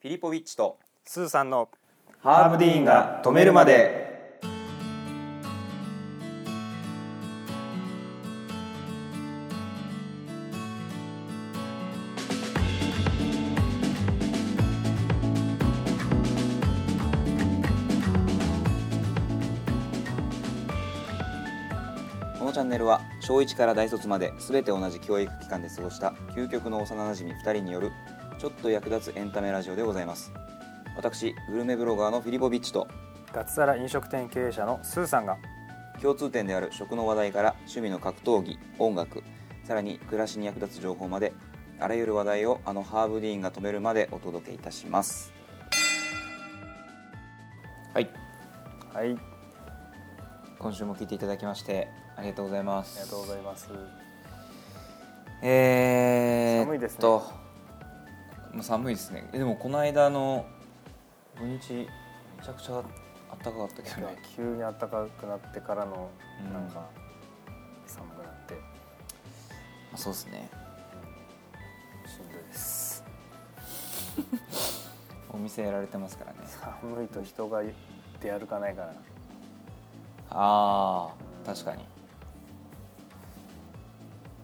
フィリポウィッチとスーさんのハーブディーンが止めるまでこのチャンネルは小1から大卒まで全て同じ教育機関で過ごした究極の幼なじみ2人によるちょっと役立つエンタメラジオでございます私グルメブロガーのフィリポビッチと脱サラ飲食店経営者のスーさんが共通点である食の話題から趣味の格闘技音楽さらに暮らしに役立つ情報まであらゆる話題をあのハーブディーンが止めるまでお届けいたしますはいはいあり今週も聞いていただきましてありがとうございますがとうございますえー、寒いですねともう寒いですねえでもこの間の土日めちゃくちゃ暖かかったけどね急に暖かくなってからのうんなんか寒くなってまあそうですねしんどいです お店やられてますからね寒いと人が出歩かないからああ確かに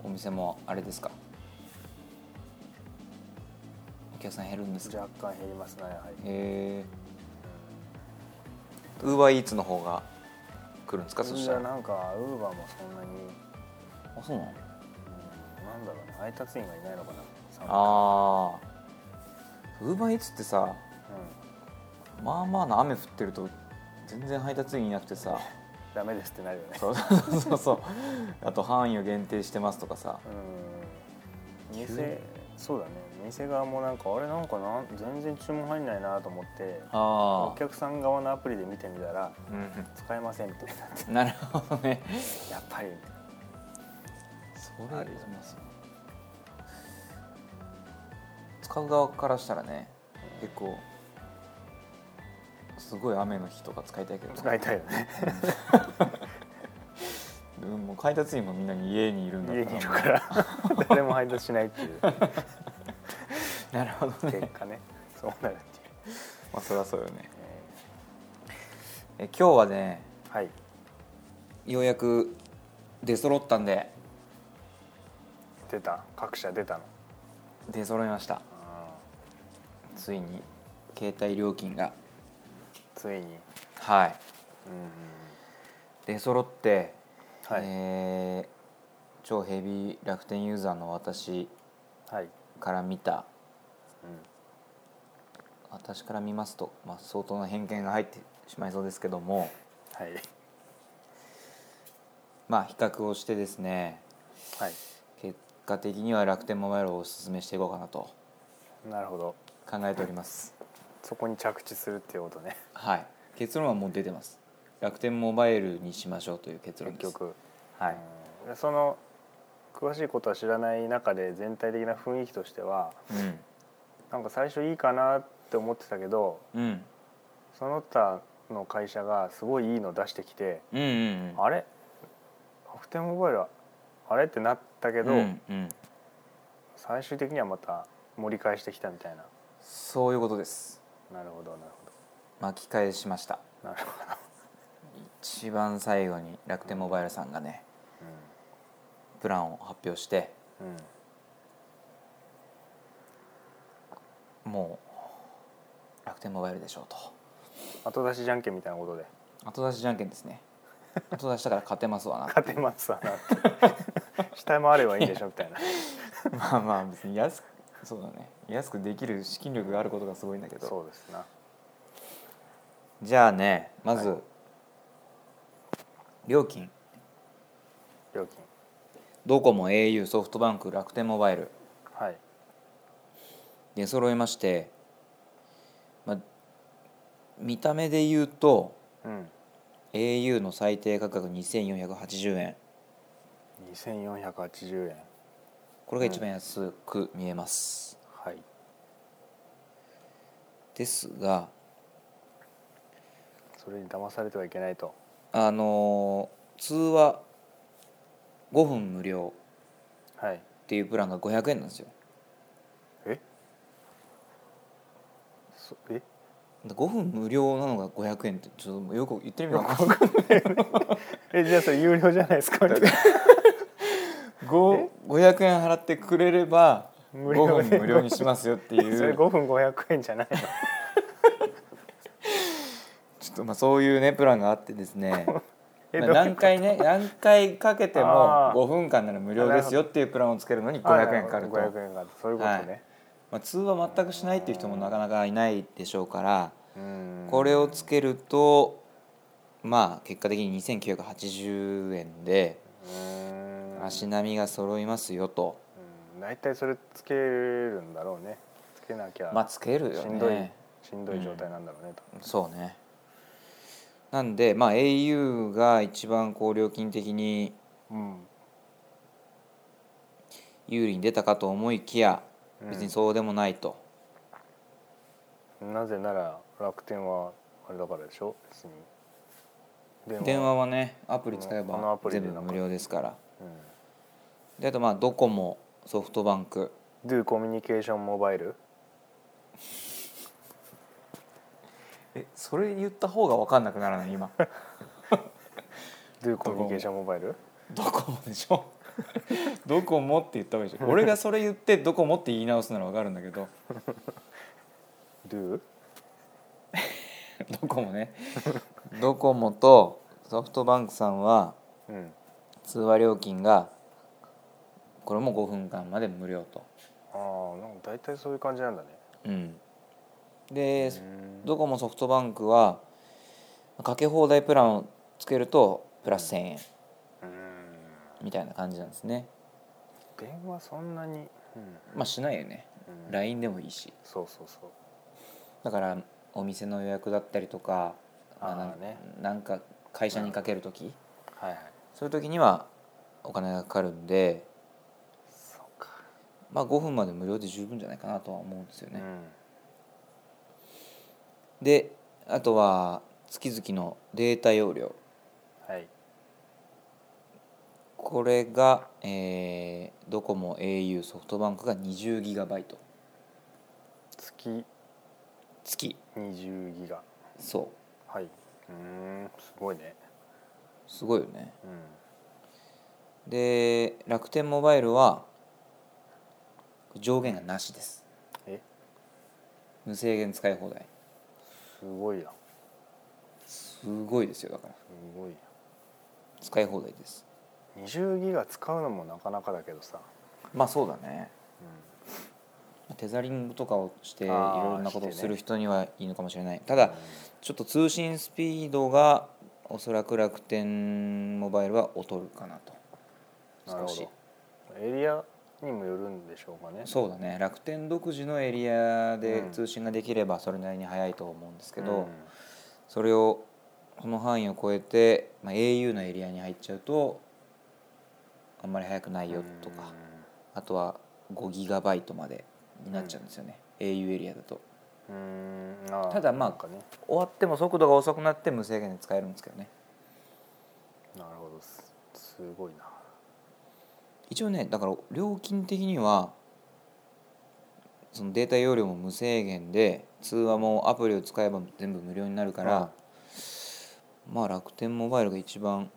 お店もあれですかお客さん減るんですか若干減りますねはいへえウーバーイーツの方が来るんですかそしたいやらなんかウーバーもそんなに、あそうなのうん、なんだろうね配達員がいないのかな寒いかああウーバーイーツってさらうんまあまあな雨降ってると全然配達員いなくてさダメですってなるよねそうそうそうそうあと範囲を限定してますとかさうん店そうだね店側もなんかあれなんかな全然注文入んないなと思ってあおあ客さん側のアプリで見てみたらうん使えませんってなってうんなるほどねやっぱりそあれります使う側からしたらね結構すごい雨の日とか使いたいけどね使いたいよねうんもう配達員もみんなに家にいるんだ家にいるかから誰も配達しないっていうら なるほど 結ね、果ねそうなるっていうまあ、そりゃそうよねええ今日はねーはいようやく出揃ったんで出た各社出たの出揃いましたあついに携帯料金がーついにうんはい出揃って、はいえー超ヘビー楽天ユーザーの私はいから見たうん私から見ますと、まあ、相当な偏見が入ってしまいそうですけども、はいまあ、比較をしてですねはい結果的には楽天モバイルをおすすめしていこうかなとなるほど考えておりますそこに着地するっていうことねはい結論はもう出てます楽天モバイルにしましょうという結論結です局はいうんその詳しいことは知らない中で全体的な雰囲気としてはなんか最初いいかなって思ってたけどうん、うん、その他の会社がすごいいいの出してきて、うんうんうんあれ楽天モバイルはあれってなったけど、うんうん最終的にはまた盛り返してきたみたいなそういうことですなるほどなる巻き返しましたほどなるほど、一番最後に楽天モバイルさんがねプランを発表してうんうん、もう楽天モバイルでしょうと後出しじゃんけんみたいなことで後出しじゃんけんです ね後出したから勝てますわな勝てますわなって下回ればいいんでしょみたいなまあまあ別に安くそうだね安くできる資金力があることがすごいんだけどそうですなじゃあねまず、はい料金料金ドコモ au ソフトバンク楽天モバイルはい出揃いまして、まあ、見た目で言うとうん、 au の最低価格2480円2480円これが一番安く見えます、はいですがそれに騙されてはいけないとあのー通話5分無料はいっていうプランが500円なんですよえそえ5分無料なのが500円ってちょっとよく言ってる意味が分かんな いえじゃあそれ有料じゃないですかみたいなご500円払ってくれれば無料5で分無料にしますよってい それう5分500円じゃないのちょっとまあそういうねプランがあってですねえまあどう何回ね何回かけてもあー5分間なら無料ですよっていうプランをつけるのに500円かかるとあ500円かかるとそういうことね、はいまあ、通話全くしないっていう人もなかなかいないでしょうからうんこれをつけるとまあ結果的に2980円でうん足並みが揃いますよとうん大体それつけるんだろうねつけなきゃ、まあつけるよしんどいねしんどい状態なんだろうね、とそうねなんでまあ au が一番こう料金的にうん有利に出たかと思いきや別にそうでもないと、なぜなら楽天はあれだからでしょ別に電電話はねアプリ使えこのアばプリ全で部なんか無料ですからうんであとまあドコモソフトバンク Do コミュニケーションモバイルえそれ言った方が分かんなくならない今 Do コミュニケーションモバイルドコモでしょ ドコモって言った方がいいでし ょ俺がそれ言ってドコモって言い直すなら分かるんだけ ど Do? ドコモ ねドコモとソフトバンクさんはうん通話料金がこれも5分間まで無料と、ああなんか大体そういう感じなんだねうん、でうんドコモソフトバンクはかけ放題プランをつけるとプラス1,000円うんみたいな感じなんですね電話そんなにうんまあしないよねうん LINE でもいいしそうそうそうだからお店の予約だったりとかまあーなんねなんか会社にかける時はいはいそういう時にはお金がかかるんでそうかまあ5分まで無料で十分じゃないかなとは思うんですようね、んであとは月々のデータ容量はいこれが、えードコモ au ソフトバンクが 20GB 月月20ギガそうはいうーんすごいねすごいよねうんで楽天モバイルは上限がなしですえ無制限使い放題すごいやすごいですよだからすごいや使い放題です20ギガ使うのもなかなかだけどさ、まあそうだねうテザリングとかをしていあーろんなことをしてねする人にはいいのかもしれないたんだちょっと通信スピードがおそらく楽天モバイルは劣るかなとうんな少るほしどエリアにもよるんでしょうかねそうだね楽天独自のエリアでうん通信ができればそれなりに早いと思うんですけど、んそれをこの範囲を超えて、まあ、au のエリアに入っちゃうとあんまり速くないよとか、あとは 5GB までになっちゃうんですよね、au エリアだとうんうんあーただまあなんかね終わっても速度が遅くなって無制限で使えるんですけどねなるほどすすごいな一応ねだから料金的にはそのデータ容量も無制限で通話もアプリを使えば全部無料になるから、まあ楽天モバイルが一番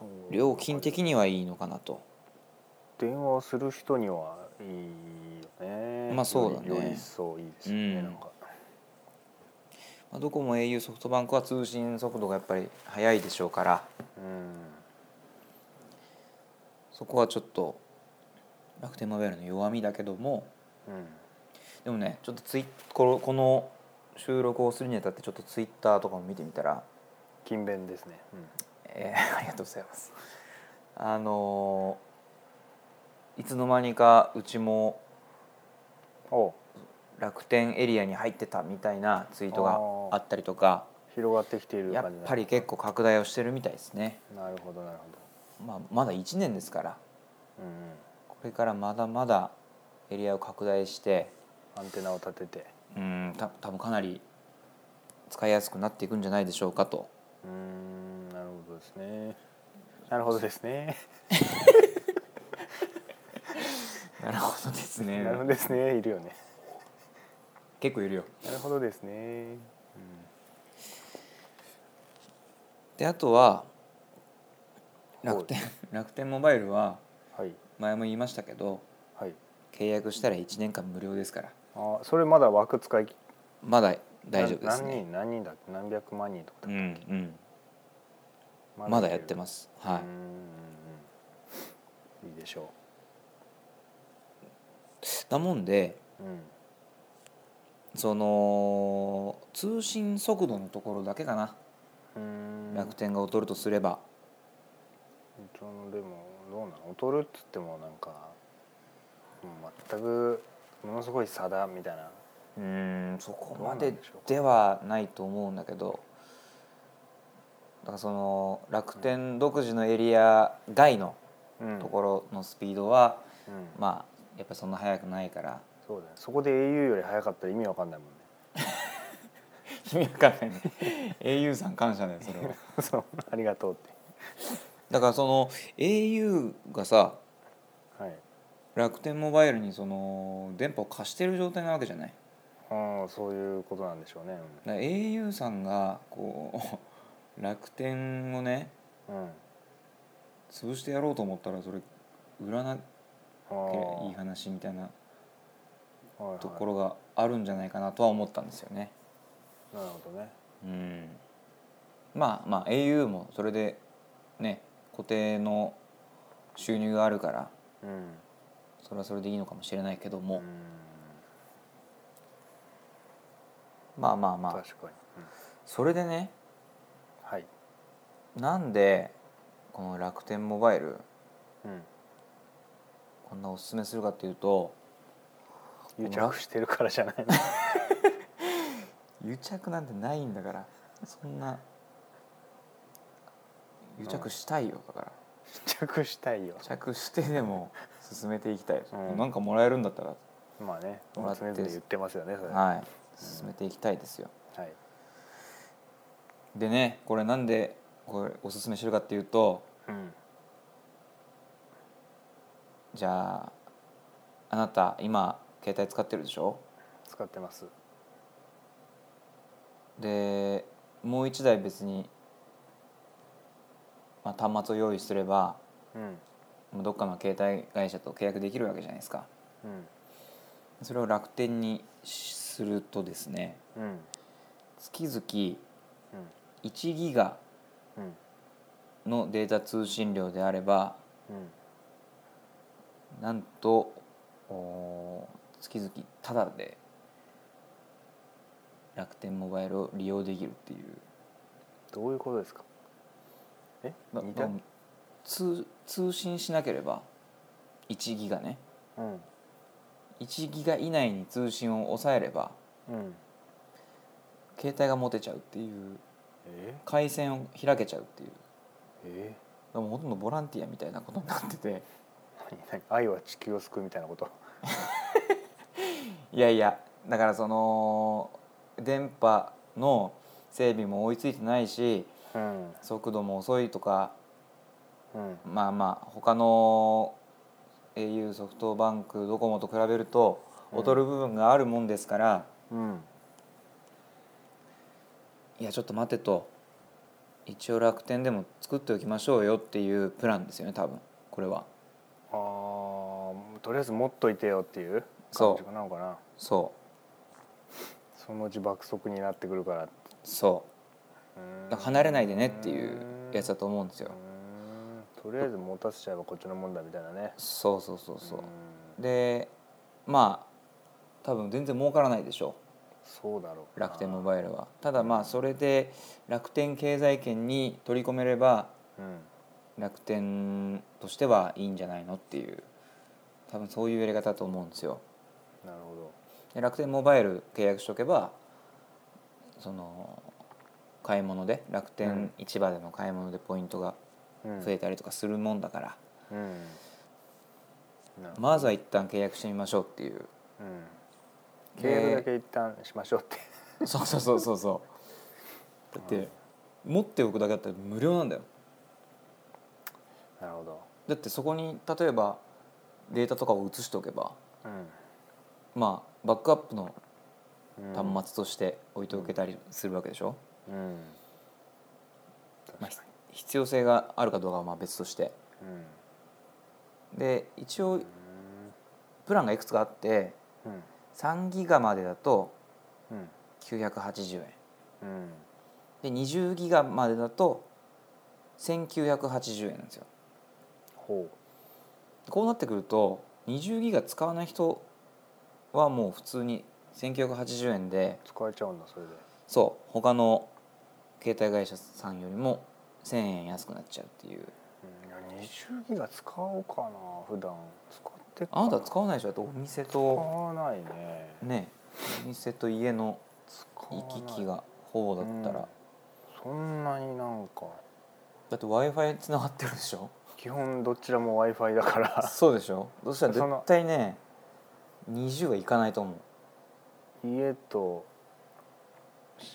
そう料金的にはいいのかなと電話をする人にはいいよねまあそうだねよりより一層いいですよね、うんなんかまあドコモ au ソフトバンクは通信速度がやっぱり速いでしょうからうんそこはちょっと楽天モバイルの弱みだけどもうんでもねちょっとツイこのこの収録をするにあたってちょっとツイッターとかも見てみたら、勤勉ですね、えー ありがとうございますあのーいつの間にかうちもうん、お楽天エリアに入ってたみたいなツイートがあったりとか広がってきているやっ感じだぱり結構拡大をしてるみたいですね、なるほどなるほどまあ、まだ1年ですからうんうんこれからまだまだエリアを拡大してアンテナを立ててうんた多分かなり使いやすくなっていくんじゃないでしょうかとうーんなるほどですねなるほどですねなるほどですね なるほどですねいるよね結構いるよなるほどですねであとははい楽天楽天モバイルははい前も言いましたけどはい契約したら1年間無料ですからあそれまだ枠使い切まだ大丈夫ですなね何人何人だっけ何百万人とかうんうんだまだやってすますはういんうんうんいいでしょなもんでう、うん、その通信速度のところだけかなうーん楽天が劣るとすれば一応でもどうなの劣るっつってもなんかもう全くものすごい差だみたいなうんそこまどうでなんでしょうかではないと思うんだけどだからその楽天独自のエリア外のうんところのスピードは、うんまあやっぱりそんな速くないからそうだねそこで au より早かったら意味わかんないもんね 意味わかんないね au さん感謝だよそれはそうありがとうってだからその au がさはい楽天モバイルにその電波を貸してる状態なわけじゃないああそういうことなんでしょうねだから au さんがこう 楽天をねうん、うん、あ潰してやろうと思ったらそれ売らなきゃいいあ話みたいなはいはいところがあるんじゃないかなとは思ったんですよね。なるほどねうん、まあまあ au もそれでね固定の収入があるからうんそれはそれでいいのかもしれないけどもう、んまあまあまあ確かに、うん、それでねはいなんでこの楽天モバイルうんこんなおすすめするかっていうと癒着してるからじゃないの癒着なんてないんだからそんな癒着したいよだから癒着したいよ癒着してでも進めていきたい、うんなんかもらえるんだったらまあね常もらって々言ってますよねそれはい進めていきたいですよはいでねこれなんでこれおすすめしてるかっていうとうんじゃああなた今携帯使ってるでしょ使ってますでもう一台別に、まあ、端末を用意すればうんもうどっかの携帯会社と契約できるわけじゃないですかうんそれを楽天にするとですねうん月々うん1ギガうんのデータ通信量であればうんなんとおー月々タダで楽天モバイルを利用できるっていうどういうことですかえな似たな通通信しなければ1ギガねうん1ギガ以内に通信を抑えればうん携帯が持てちゃうっていうえ回線を開けちゃうっていうえもうほとんどボランティアみたいなことになってて 何何愛は地球を救うみたいなこといやいやだからその電波の整備も追いついてないしうん速度も遅いとかうんまあまあ他の au ソフトバンクドコモと比べるとうん劣る部分があるもんですから、うんいやちょっと待てと一応楽天でも作っておきましょうよっていうプランですよね多分これはあーとりあえず持っといてよっていうそう感じなのかなそそのうち爆速になってくるからうそうだから離れないでねっていうやつだとと思うんですよとりあえず持たせちゃえばこっちのもんだみたいなねそうそうそうそううんでまあ多分全然儲からないでしょそうだろううな楽天モバイルはただまあそれで楽天経済圏に取り込めればうん楽天としてはいいんじゃないのっていう多分そういうやり方だと思うんですよなるほで楽天モバイル契約しとけばその買い物で楽天市場での買い物でポイントがど、うん、増えたりとかするもんだから、うんなるほどまずは一旦契約してみましょうっていううんで契約だけ一旦しましょうってそうそうそうそうそうだって持っておくだけだったら無料なんだよなるほどだってそこに例えばデータとかを移しておけばうんまあバックアップのうん端末として置いておけたりするわけでしょ、うんまあ確ひかに必要性があるかどうかはまあ別としてうんで一応プランがいくつかあってうん3ギガまでだとうん980円うんで20ギガまでだと1980円なんですよほこうなってくると20ギガ使わない人はもう普通に1980円でう使えちゃうんだそれでそう他の携帯会社さんよりも1000円安くなっちゃうっていううんいや20ギガ使おうかな普段使ってっかあなた使わないでしょだってお店使とわないねねお店と家の使わ行なきい来がほぼだったら、うんそんなになんかだって w i f i つながってるでしょ基本どちらも w i f i だからそうでしょどうしたら絶対ね20はいかないと思う家と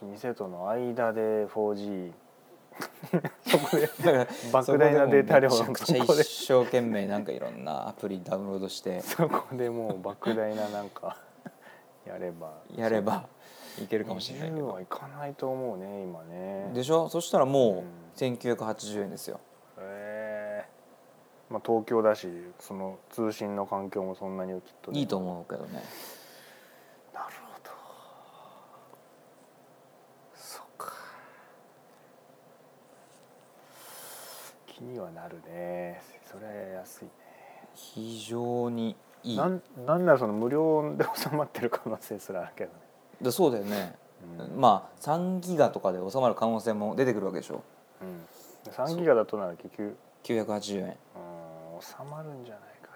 店との間で 4G そこだでから莫大なデータ量そこでもうめちゃそくこちゃで一生懸命なんかいろんなアプリダウンロードしてそこでもう莫大ななんかやればやればいけるかもしれないけ20どはいかないと思うね今ねでしょそしたらもうんう1980円ですよえーまあ、東京だしその通信の環境もそんなにきっとね、いいと思うけどねなるほどそっか気にはなるねそれは安いね非常にいいなんなんならその無料で収まってる可能性すらあるけどね、でそうだよねうんまあ3ギガとかで収まる可能性も出てくるわけでしょうん、3ギガだとなら結局980円うん収まるんじゃないか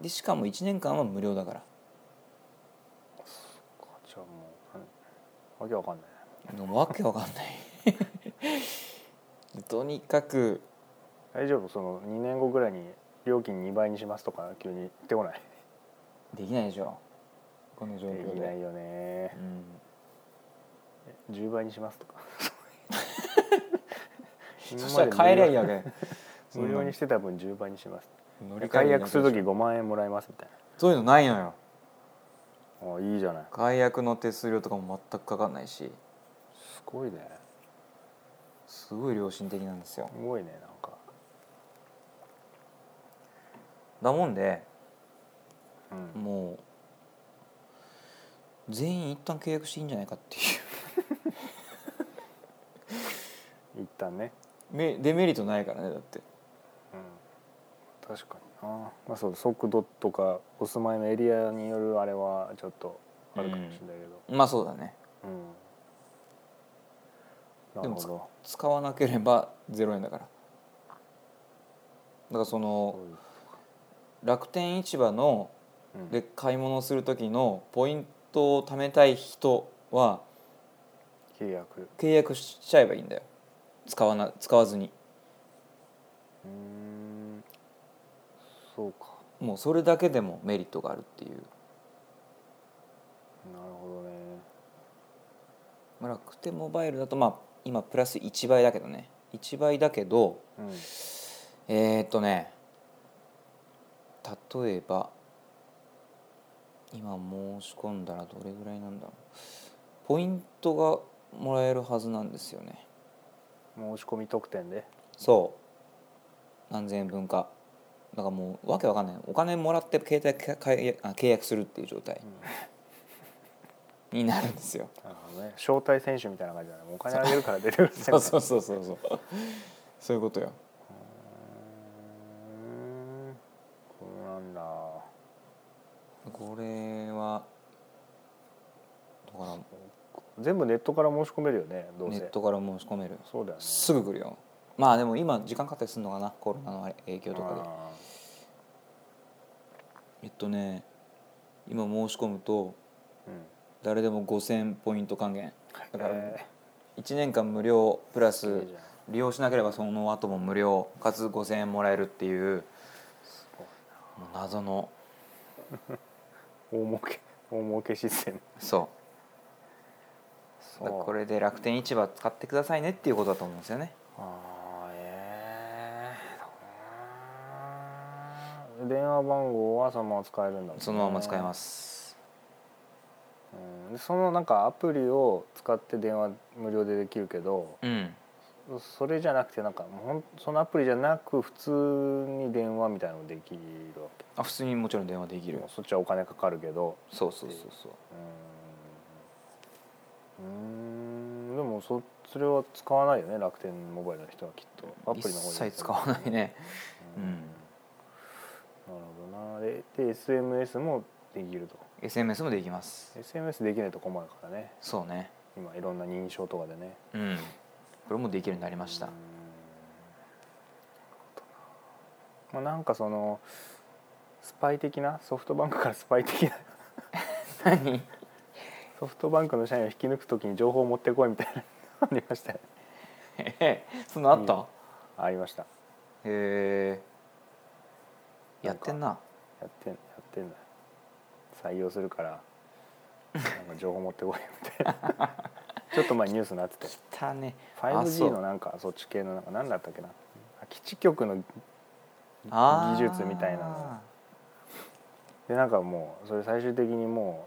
でしかも1年間は無料だからなじゃあもうなんわけわかんないわけわかんない とにかく大丈夫その2年後ぐらいに料金2倍にしますとか急に言ってこないできないでしょこの状で況きでないよねうん10倍にしますとかそしたら帰りゃいいわけ 無料にしてた分10倍にします乗り換え解約する時時5万円もらえますみたいそういうのないのよなあいいじゃない解約の手数料とかも全くかかんないしすごいねすごい良心的なんですよすごいねなんかだもんでうんもう全員一旦契約していいんじゃないかってい一旦ねう めデメリットないからねだってうん確かになまあそう速度とかお住まいのエリアによるあれはちょっとあるかもしれないけどまあそうだねうん、なでるもほど使わなければ0円だからだからそのそうです楽天市場のうんで買い物する時のポイントを貯めたい人は契約契約しちゃえばいいんだよ使わな使わずにうーんそうかもうそれだけでもメリットがあるっていうなるほどねまあ楽天モバイルだとまあ今プラス1倍だけどね1倍だけどうんえー、っとね例えば今申し込んだらどれぐらいなんだろうポイントがもらえるはずなんですよね申し込み特典でそう何千円分かだからもうわけわかんないお金もらって携帯かかいあ契約するっていう状態になるんですよなるほどね招待選手みたいな感じだねお金あげるから出てくるみた そいなうそうそうそうそうそういうことようーんそうなんだこれはだから全部ネットから申し込めるよねどうネせットから申し込めるそうだよねすぐ来るよまあでも今時間かかったりするのかなコロナのあれ影響とかであえっとね今申し込むとーうん誰でも5000ポイント還元だからえ1年間無料プラーいスいじゃん利用しなければその後も無料かつ5000円もらえるっていうすごいもう謎の大儲け大儲けシステムそうだからこれで楽天市場使ってくださいねっていうことだと思うんですよねあーえー電話番号はそのまま使えるんだもんねそのまま使えますうん、でそのなんかアプリを使って電話無料でできるけどうんそれじゃなくてなんかもうほんそのアプリじゃなく普通に電話みたいなのできるわあ普通にもちろん電話できけるもうそっちはお金かかるけどそうそうそうそううんうーんでもそそれは使わないよね楽天モバイルの人はきっとアプリの方一切使わないねううんんなるほどなでで SMS もできると SMS もできます SMS できないと困るからねそうね今いろんな認証とかでねうんこれもできるようになりましたうんまあ、なんかそのスパイ的なソフトバンクからスパイ的な 何ソフトバンクの社員を引き抜くときに情報を持ってこいみたいな ありましたよねえ そんなのあった、うんありましたへえやってんなやってんやってんだ採用するからなんか情報持ってこいみたいなちょっと前ニュースになっててたねあそ 5G うのなんかそっち系のなんか何だったっけなあ基地局のあー技術みたいなのでなんかもうそれ最終的にも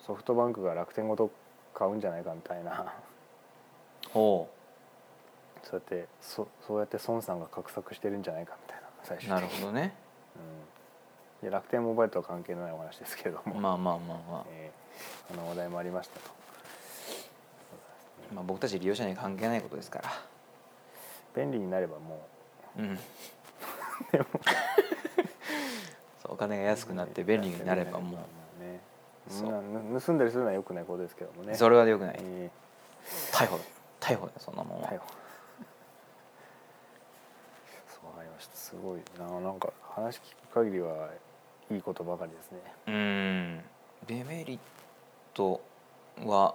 うソフトバンクが楽天ごと買うんじゃないかみたいな ほそうやってそそうやって孫さんが画策してるんじゃないかみたいな最う終な的るに、ほどねうん、いや楽天モバイルとは関係ないお話ですけども、まあまあまあま えーあの話題もありましたとあ、まあ、僕たち利用者には関係ないことですから便利になればもうんそうお金が安うくなって便利になればもうねそうな盗んだりするのはよくないことですけどもうねそれは良くないえ逮捕だ逮捕だよそんなもんー逮は捕そうわかりましたすごいななんか話聞く限りはいいことばかりですねうんデメリットは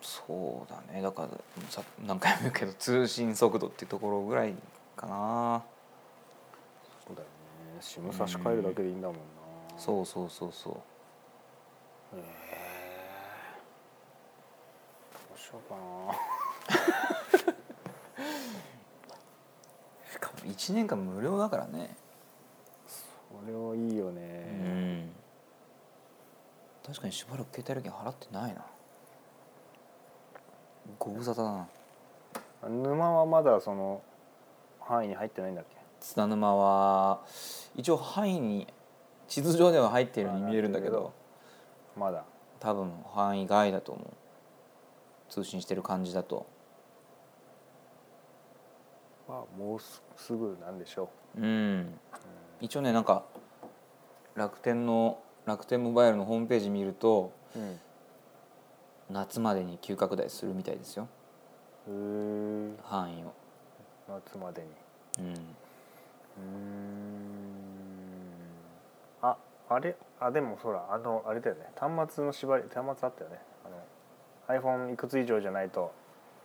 そうだねだからさ何回も言うけど通信速度っていうところぐらいかなそうだよね SIM 差し替えるだけでいいんだもんなそうそうそうそうえーどうしようかなしかも1年間無料だからねこれはいいようねん確かにしばらく携帯料金払ってないなご無沙汰だな沼はまだその範囲に入ってないんだっけ津田沼は一応範囲に地図上では入っているように見えるんだけどまだ多分範囲外だと思う通信してる感じだとまあもうすすぐなんでしょうん一応ねなんか楽天の楽天モバイルのホームページ見るとう、うん、へ夏までに急拡大するみたいですよえ範囲を、夏までにうん、うーんああれあでもそらあのあれだよね端末の縛り端末あったよねあの iPhone いくつ以上じゃないと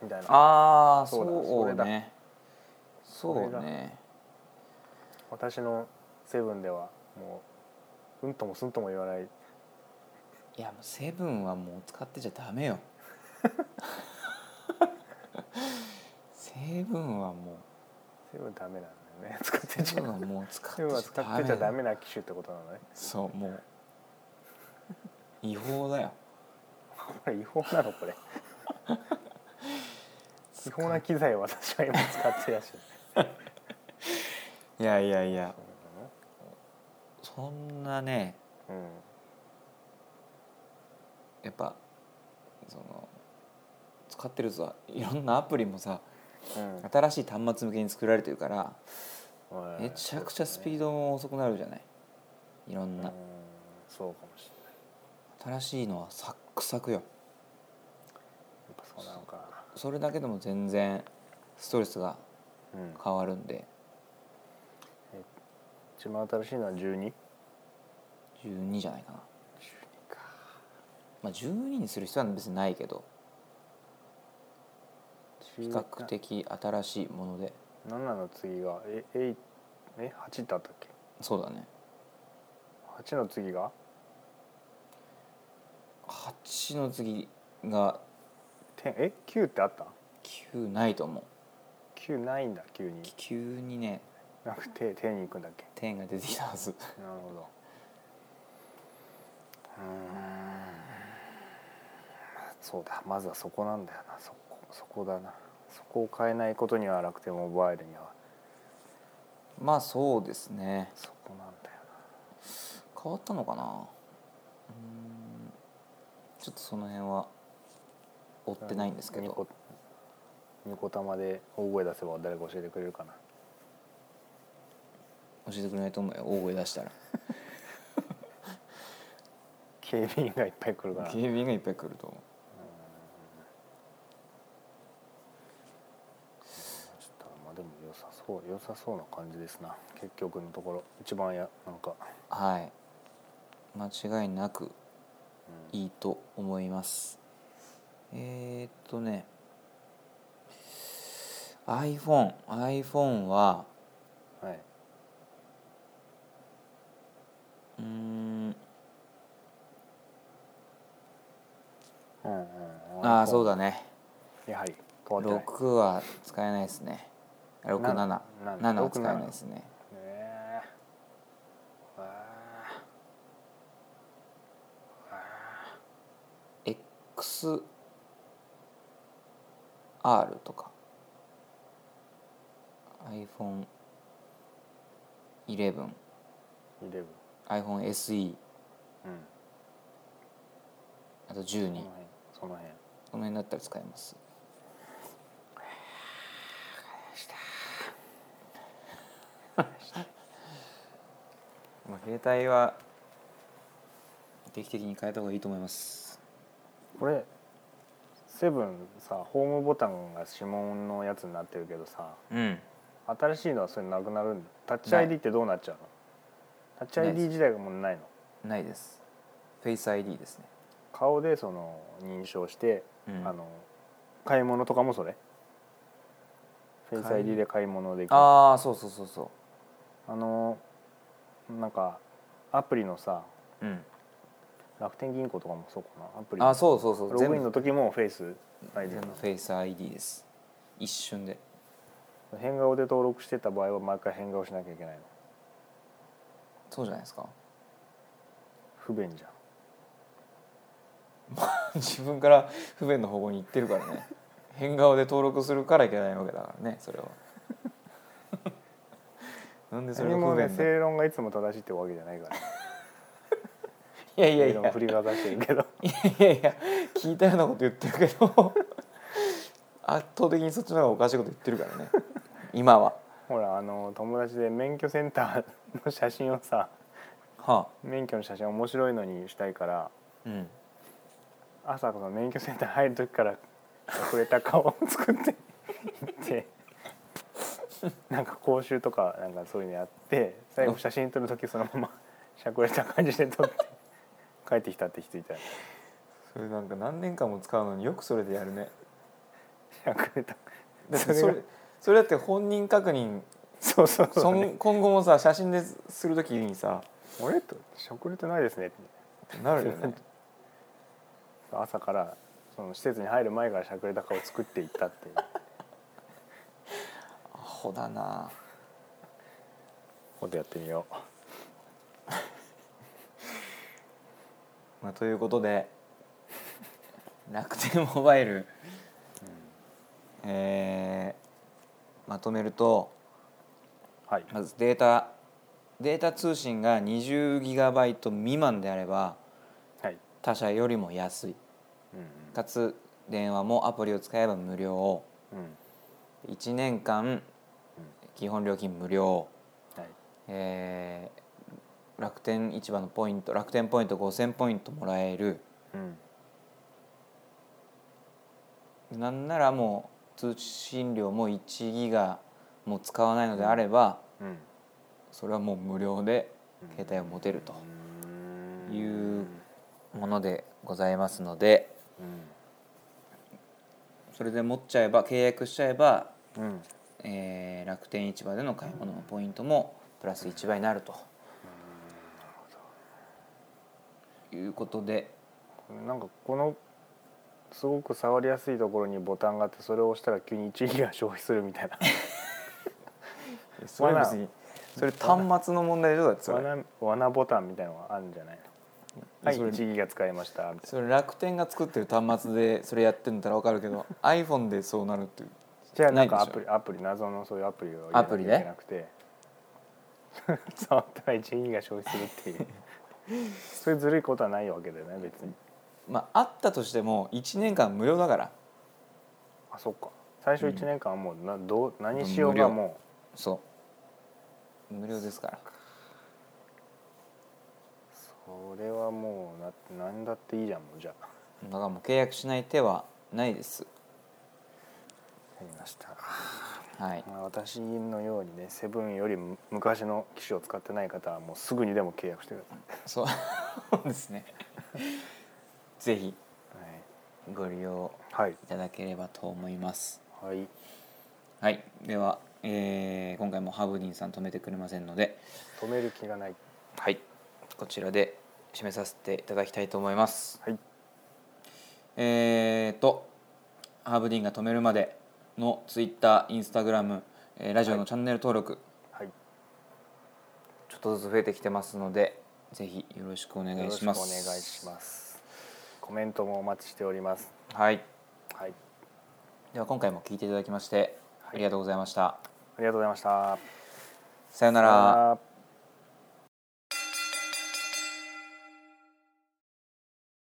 みたいなああそそうだうそれねそそれだうね私のセブンではもううんともすんとも言わないいやもうセブンはもう使ってちゃダメよセブンはもセブンダメなんだよね 使っうてセちゃブンはもう使っセブンはて使ってちちゃゃダダメメな機種ってことなのねそうもう違法だよこれ違法なのこれ違法な機材を私は今使ってらっしゃるいやいやいやそんなねうんやっぱその使ってるとさいろんなアプリもさうん新しい端末向けに作られてるからはいめちゃくちゃスピーそドも遅くなるじゃないいろうんですねなうんそうかもしれな新いしいのはサックサクよやっぱそうなのかそれだけでも全然ストレスがなうん変わるんで一番新しいのは 12? 12じゃないかなまあ12にする必要は別にないけど比較的新しいもので7の次がえええ8だったっけそうだね8の次が8の次が10え9ってあった9ないと思う9ないんだ9に急にねなくて10に行くんだっけ点が出てきたはずなるほどうーんそうだまずはそこなんだよなそこそこだなそこを変えないことには楽天モバイルにはまあそうですねそこなんだよ変わったのかなうーんちょっとその辺は追っなてないんですけニコどニコ玉で大声出せば誰か教えてくれるかな教えてくれないと思うよ大声出したら警備員がいっぱい来るから警備員がいっぱい来ると思うちょっとまあでも良さそう良さそうな感じですな結局のところ一番やなんか、はい間違いなくうんいいと思いますえー、っとね iPhoneiPhone ははい、うーんうんうん、ああそうだだねやはり変わってない6は使えないですね67なな7は使えないですねねえわあ XR とか iPhone11iPhoneSE イレブンうんあと12、その辺その辺この辺だったら使え ますまあ携帯は定期的に変えた方がいいと思いますこれセブンさホームボタンが指紋のやつになってるけどさうん新しいのはそれなくなるんタッチ ID ってどうなっちゃうのタッチない ID 自体がもうないのないですフェイス ID ですね顔でその認証して、うんあの買い物とかもそれフェイス買い ID で買い物できるあああそうそうそうそのなんかアプリのさううん楽天銀行とかもそうかなアプリあそうそうそうロ全グイン部の時もフェイス ID 全な部のフェイス ID です一瞬で変顔で登録してた場合は毎回変顔しなきゃいけないのそうじゃないですか不便じゃん 自分から不便の方向に行ってるから ね変顔で登録するからいけないわけだからね それはなんでそれ何がも不ね便だい正論がいつも正しいってわけじゃないからやいや正いや論振りかざしてるけど いやいや聞いたようなこと言ってるけど 圧倒的にそっちの方がおかしいこと言ってるからね今はほらあの友達で免許センターの写真をさは免許の写真面白いのにしたいからあうん朝この免許センター入る時から隠れた顔を作っていって なんか講習とかなんかそういうのやって最後写真撮る時そのまましゃくれた感じで撮って帰ってきたって人いたよねそれなんか何年間も使うのによくそれでやるねしゃくれただってそそれれがそれだって本人確認そうそうそ、そうんね、今後もさ写真でするときにさあれとしゃくれてないですねってなるよね朝からその施設に入る前からしゃくれた顔作っていったっていうアホだなことやってみようまあ、ということで楽天モバイル、えーまとめるとはいまずデータデータ通信が 20GB 未満であればはい、他社よりも安いうんかつ電話もアプリを使えば無料うん1年間基本料金無料、はいえー楽天市場のポイント楽天ポイント5000ポイントもらえるうんなんならもう通信料も1ギガも使わないのであれば、うんそれはもう無料でうん携帯を持てるとういうものでございますのでうそれで持っちゃえば契約しちゃえば、んうんえー楽天市場での買い物のポイントもプラス1倍になるということでなんかこのすごく触りやすいところにボタンがあってそれを押したら急に1ギガ消費するみたい なそれ罠別にそれ端末の問題でどうだってそれ罠罠ボタンみたいなのがあるんじゃないはいそれ1ギガ使いましたみたいなそれ楽天が作ってる端末でそれやってんだったら分かるけ ど iPhone でそうなるっていうじゃあなないんでしょかアプリアプリ謎のそういうアプリをアプリね入れなきゃいけなくて 触ったら1ギガ消費するっていう そういうずるいことはないわけだよね別にまああったとしても1年間無料だからあそっか最初1年間はもうな、どう何しようがもそう無料ですからうそれはもうな何だっていいじゃんもうじゃあだからもう契約しない手はないですやりました、はいまあ、私のようにねセブンよりむ昔の機種を使ってない方はもうすぐにでも契約してくださそうそうですねぜひいご利用はいいただければと思いますはい、はい、はいでは、えー今回もハーブディンさん止めてくれませんので止める気がないはいこちらで締めさせていただきたいと思いますはいえー、とハーブディンが止めるまでのツイッターインスタグラムラジオのチャンネル登録、はいちょっとずつ増えてきてますのでぜひよろしくお願いしますよろしくお願いしますコメントもお待ちしておりますはいはいでは今回も聞いていただきましてありがとうございました、ありがとうございましたさようなさよらうなら